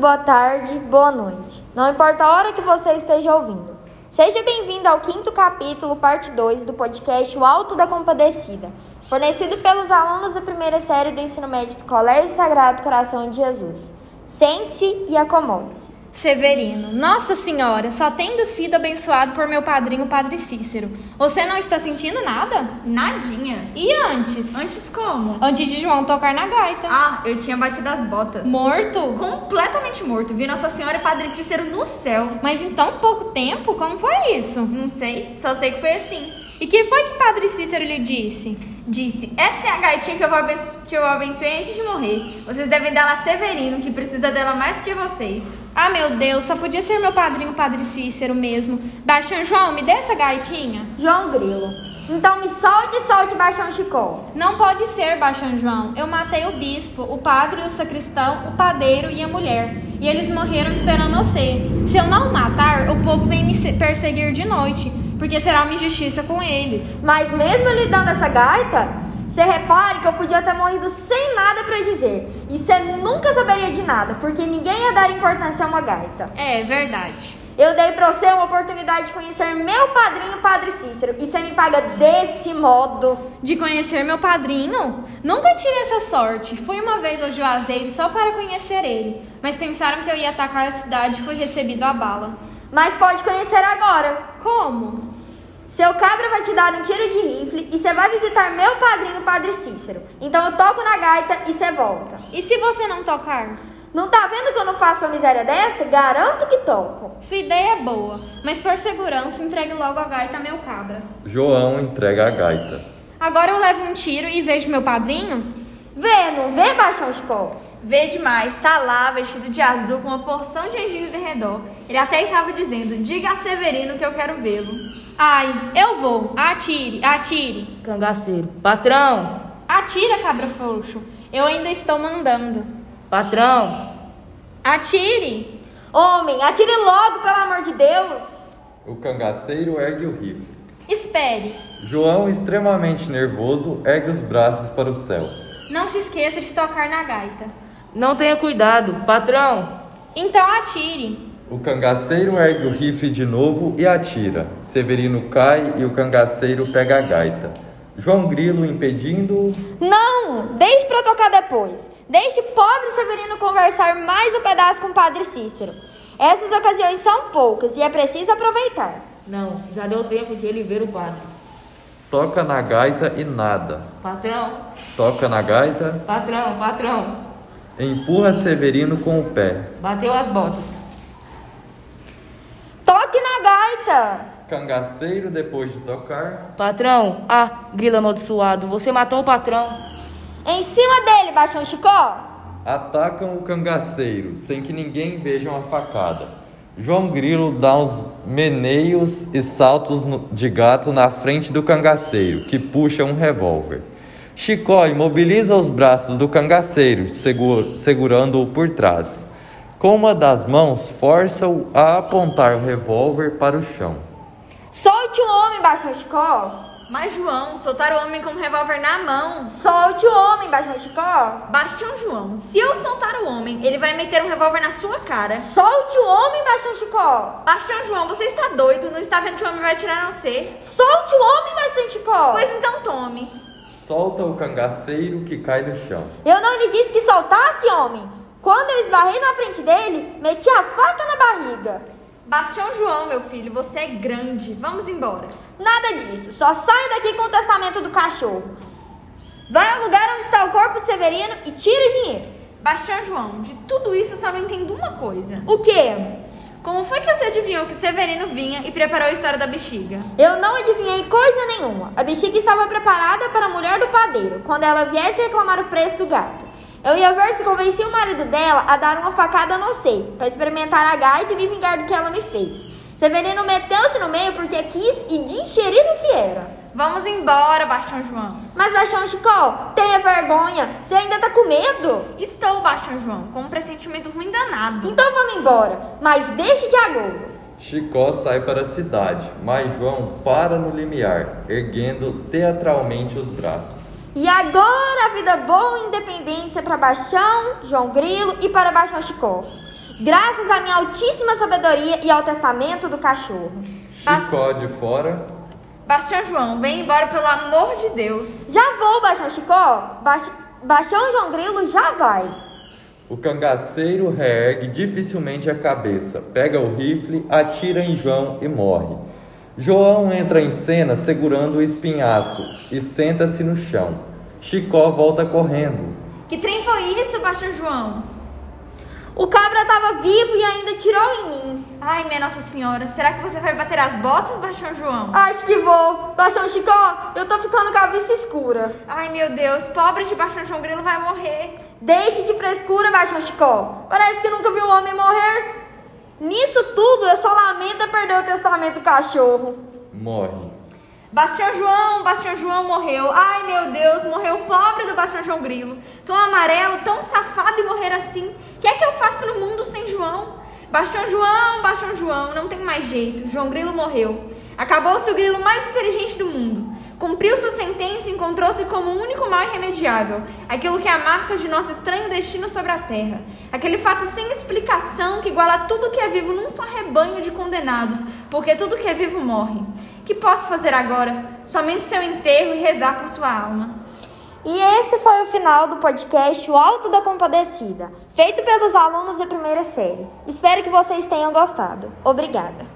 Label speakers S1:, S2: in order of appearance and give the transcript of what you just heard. S1: boa tarde, boa noite. Não importa a hora que você esteja ouvindo. Seja bem-vindo ao quinto capítulo, parte 2, do podcast O Alto da Compadecida, fornecido pelos alunos da primeira série do ensino médio do Colégio Sagrado Coração de Jesus. Sente-se e acomode-se.
S2: Severino, Nossa Senhora, só tendo sido abençoado por meu padrinho, Padre Cícero. Você não está sentindo nada?
S3: Nadinha.
S2: E antes?
S3: Antes como?
S2: Antes de João tocar na gaita.
S3: Ah, eu tinha batido as botas.
S2: Morto?
S3: Completamente morto. Vi Nossa Senhora e Padre Cícero no céu.
S2: Mas em tão pouco tempo? Como foi isso?
S3: Não sei, só sei que foi assim.
S2: E que foi que Padre Cícero lhe disse?
S3: Disse, essa é a gaitinha que eu, vou abenço- que eu abençoei antes de morrer. Vocês devem dar a Severino, que precisa dela mais que vocês.
S2: Ah, meu Deus, só podia ser meu padrinho, Padre Cícero mesmo. Baixão João, me dê essa gaitinha.
S1: João Grilo. Então me solte, solte, um Baixão Chicó.
S2: Não pode ser, Baixão João. Eu matei o bispo, o padre, o sacristão, o padeiro e a mulher. E eles morreram esperando você. Se eu não o matar, o povo vem me se- perseguir de noite, porque será uma injustiça com eles.
S1: Mas mesmo lhe dando essa gaita, você repare que eu podia ter morrido sem nada pra dizer. E você nunca saberia de nada, porque ninguém ia dar importância a uma gaita.
S2: É verdade.
S1: Eu dei pra você uma oportunidade de conhecer meu padrinho, Padre Cícero, e você me paga desse modo.
S2: De conhecer meu padrinho? Nunca tive essa sorte. Fui uma vez ao Juazeiro só para conhecer ele, mas pensaram que eu ia atacar a cidade e fui recebido a bala.
S1: Mas pode conhecer agora.
S2: Como?
S1: Seu cabra vai te dar um tiro de rifle e você vai visitar meu padrinho, Padre Cícero. Então eu toco na gaita e você volta.
S2: E se você não tocar?
S1: Não tá vendo que eu não faço uma miséria dessa? Garanto que toco.
S2: Sua ideia é boa, mas por segurança entregue logo a gaita meu cabra.
S4: João entrega a gaita.
S2: Agora eu levo um tiro e vejo meu padrinho?
S1: Vê, não vê, Baixão Chicó?
S3: Vê demais, tá lá, vestido de azul, com uma porção de anjinhos em redor. Ele até estava dizendo, diga a Severino que eu quero vê-lo.
S2: Ai, eu vou. Atire, atire.
S5: Cangaceiro. Patrão!
S2: Atira, cabra frouxo. Eu ainda estou mandando.
S5: Patrão!
S2: Atire!
S1: Homem, atire logo, pelo amor de Deus.
S4: O cangaceiro ergue o rifle.
S2: Espere.
S4: João, extremamente nervoso, ergue os braços para o céu.
S2: Não se esqueça de tocar na gaita.
S5: Não tenha cuidado, patrão!
S2: Então atire.
S4: O cangaceiro ergue o rifle de novo e atira. Severino cai e o cangaceiro pega a gaita. João Grilo impedindo-o.
S1: Não, deixe pra tocar depois. Deixe pobre Severino conversar mais um pedaço com o Padre Cícero. Essas ocasiões são poucas e é preciso aproveitar.
S5: Não, já deu tempo de ele ver o padre.
S4: Toca na gaita e nada.
S5: Patrão!
S4: Toca na gaita,
S5: Patrão, patrão!
S4: empurra Severino com o pé.
S5: Bateu as botas.
S1: Toque na gaita!
S4: Cangaceiro, depois de tocar,
S5: Patrão! Ah, grilo amaldiçoado, você matou o patrão!
S1: Em cima dele, Baixão Chicó!
S4: Atacam o cangaceiro, sem que ninguém veja uma facada. João Grilo dá uns meneios e saltos no- de gato na frente do cangaceiro, que puxa um revólver. Chicó imobiliza os braços do cangaceiro, segu- segurando-o por trás. Com uma das mãos, força-o a apontar o revólver para o chão.
S1: Solte um homem, Baixão Chicó!
S3: Mas João, soltar o homem com um revólver na mão.
S1: Solte um homem, Baixão Chicó!
S3: Bastião João, se eu soltar o homem, ele vai meter um revólver na sua cara.
S1: Solte um homem, Baixão Chicó!
S3: Bastião João, você está doido, não está vendo que o homem vai atirar não ser?
S1: Solte um homem, Baixão Chicó!
S3: Pois então tome.
S4: Solta o cangaceiro que cai no chão.
S1: Eu não lhe disse que soltasse homem! Quando eu esbarrei na frente dele, meti a faca na barriga!
S3: Bastião João, meu filho, você é grande. Vamos embora.
S1: Nada disso, só saia daqui com o testamento do cachorro. Vai ao lugar onde está o corpo de Severino e tira o dinheiro.
S3: Bastião João, de tudo isso eu só não entendo uma coisa.
S1: O quê?
S3: Como foi que você adivinhou que Severino vinha e preparou a história da bexiga?
S1: Eu não adivinhei coisa nenhuma. A bexiga estava preparada para a mulher do padeiro, quando ela viesse reclamar o preço do gato. Eu ia ver se convencia o marido dela a dar uma facada, não sei, para experimentar a gaita e me vingar do que ela me fez. Severino meteu-se no meio porque quis e de enxerido que era.
S3: Vamos embora, Bastião João.
S1: Mas, Baixão Chicó, tenha vergonha, você ainda tá com medo?
S3: Estou, Bastião João, com um pressentimento ruim danado.
S1: Então vamos embora, mas deixe de agouro.
S4: Chicó sai para a cidade, mas João para no limiar, erguendo teatralmente os braços.
S1: E agora a vida boa e independência para Baixão, João Grilo e para Baixão Chicó. graças à minha altíssima sabedoria e ao testamento do cachorro.
S4: Chicó de fora.
S3: Bastião João, vem embora pelo amor de Deus.
S1: Já vou, Baixão Chicó? Baix... Baixão João Grilo já vai.
S4: O cangaceiro reergue dificilmente a cabeça, pega o rifle, atira em João e morre. João entra em cena segurando o espinhaço e senta-se no chão. Chicó volta correndo.
S3: Que trem foi isso, Bastião João?
S1: O cabra tava vivo e ainda tirou em mim.
S3: Ai, minha Nossa Senhora, será que você vai bater as botas, Bastião João?
S1: Acho que vou. Baixão Chicó, eu tô ficando com a vista escura.
S3: Ai, meu Deus, pobre de Bastião João Grilo vai morrer.
S1: Deixe de frescura, Baixão Chicó. Parece que nunca vi um homem morrer. Nisso tudo, eu só lamento é perder o testamento do cachorro.
S4: Morre.
S3: Bastião João, Bastião João morreu. Ai, meu Deus, morreu o pobre do Bastião João Grilo. Tão amarelo, tão safado e morrer assim. O que é que eu faço no mundo sem João? Bastião João, Bastião João, não tem mais jeito. João Grilo morreu. Acabou-se o grilo mais inteligente do mundo. Cumpriu sua sentença e encontrou-se como o único mal irremediável, aquilo que é a marca de nosso estranho destino sobre a terra. Aquele fato sem explicação que iguala tudo que é vivo num só rebanho de condenados, porque tudo que é vivo morre. Que posso fazer agora? Somente seu enterro e rezar por sua alma.
S1: E esse foi o final do podcast O Alto da Compadecida, feito pelos alunos da primeira série. Espero que vocês tenham gostado. Obrigada.